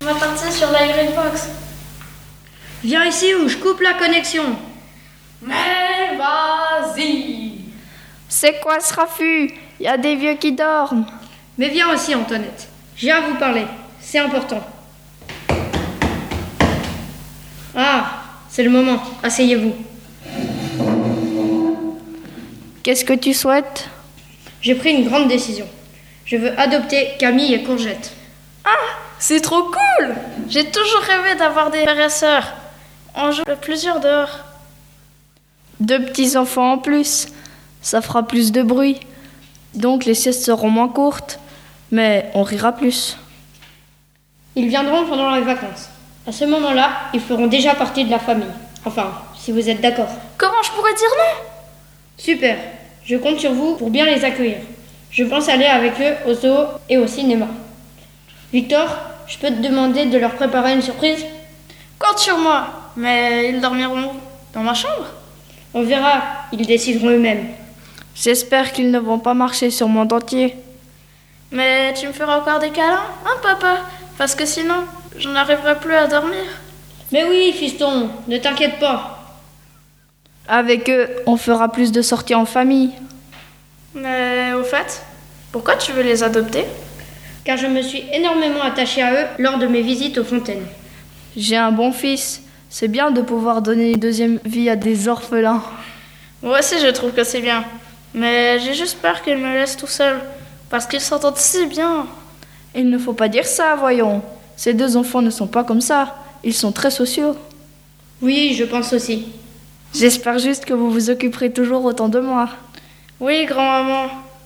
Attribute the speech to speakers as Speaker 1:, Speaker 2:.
Speaker 1: première partie sur la Xbox.
Speaker 2: Viens ici ou je coupe la connexion.
Speaker 3: Mais vas-y
Speaker 4: C'est quoi ce raffut Il y a des vieux qui dorment.
Speaker 2: Mais viens aussi, Antoinette. J'ai à vous parler. C'est important. Ah, c'est le moment. Asseyez-vous.
Speaker 4: Qu'est-ce que tu souhaites
Speaker 2: J'ai pris une grande décision. Je veux adopter Camille et Courgette.
Speaker 3: Ah, c'est trop cool
Speaker 1: J'ai toujours rêvé d'avoir des frères et sœurs. On joue le plusieurs dehors.
Speaker 4: Deux petits-enfants en plus. Ça fera plus de bruit. Donc les siestes seront moins courtes. Mais on rira plus.
Speaker 2: Ils viendront pendant les vacances. À ce moment-là, ils feront déjà partie de la famille. Enfin, si vous êtes d'accord.
Speaker 1: Comment je pourrais dire non
Speaker 2: Super. Je compte sur vous pour bien les accueillir. Je pense aller avec eux au zoo et au cinéma. Victor, je peux te demander de leur préparer une surprise
Speaker 1: Compte sur moi. Mais ils dormiront dans ma chambre
Speaker 2: On verra, ils décideront eux-mêmes.
Speaker 4: J'espère qu'ils ne vont pas marcher sur mon dentier.
Speaker 1: Mais tu me feras encore des câlins, hein papa Parce que sinon, je n'arriverai plus à dormir.
Speaker 2: Mais oui, fiston, ne t'inquiète pas.
Speaker 4: Avec eux, on fera plus de sorties en famille.
Speaker 1: Mais au fait, pourquoi tu veux les adopter
Speaker 2: Car je me suis énormément attachée à eux lors de mes visites aux fontaines.
Speaker 4: J'ai un bon fils. C'est bien de pouvoir donner une deuxième vie à des orphelins.
Speaker 1: Moi aussi, je trouve que c'est bien. Mais j'ai juste peur qu'ils me laissent tout seul. Parce qu'ils s'entendent si bien.
Speaker 4: Il ne faut pas dire ça, voyons. Ces deux enfants ne sont pas comme ça. Ils sont très sociaux.
Speaker 2: Oui, je pense aussi.
Speaker 4: J'espère juste que vous vous occuperez toujours autant de moi.
Speaker 1: Oui, grand-maman.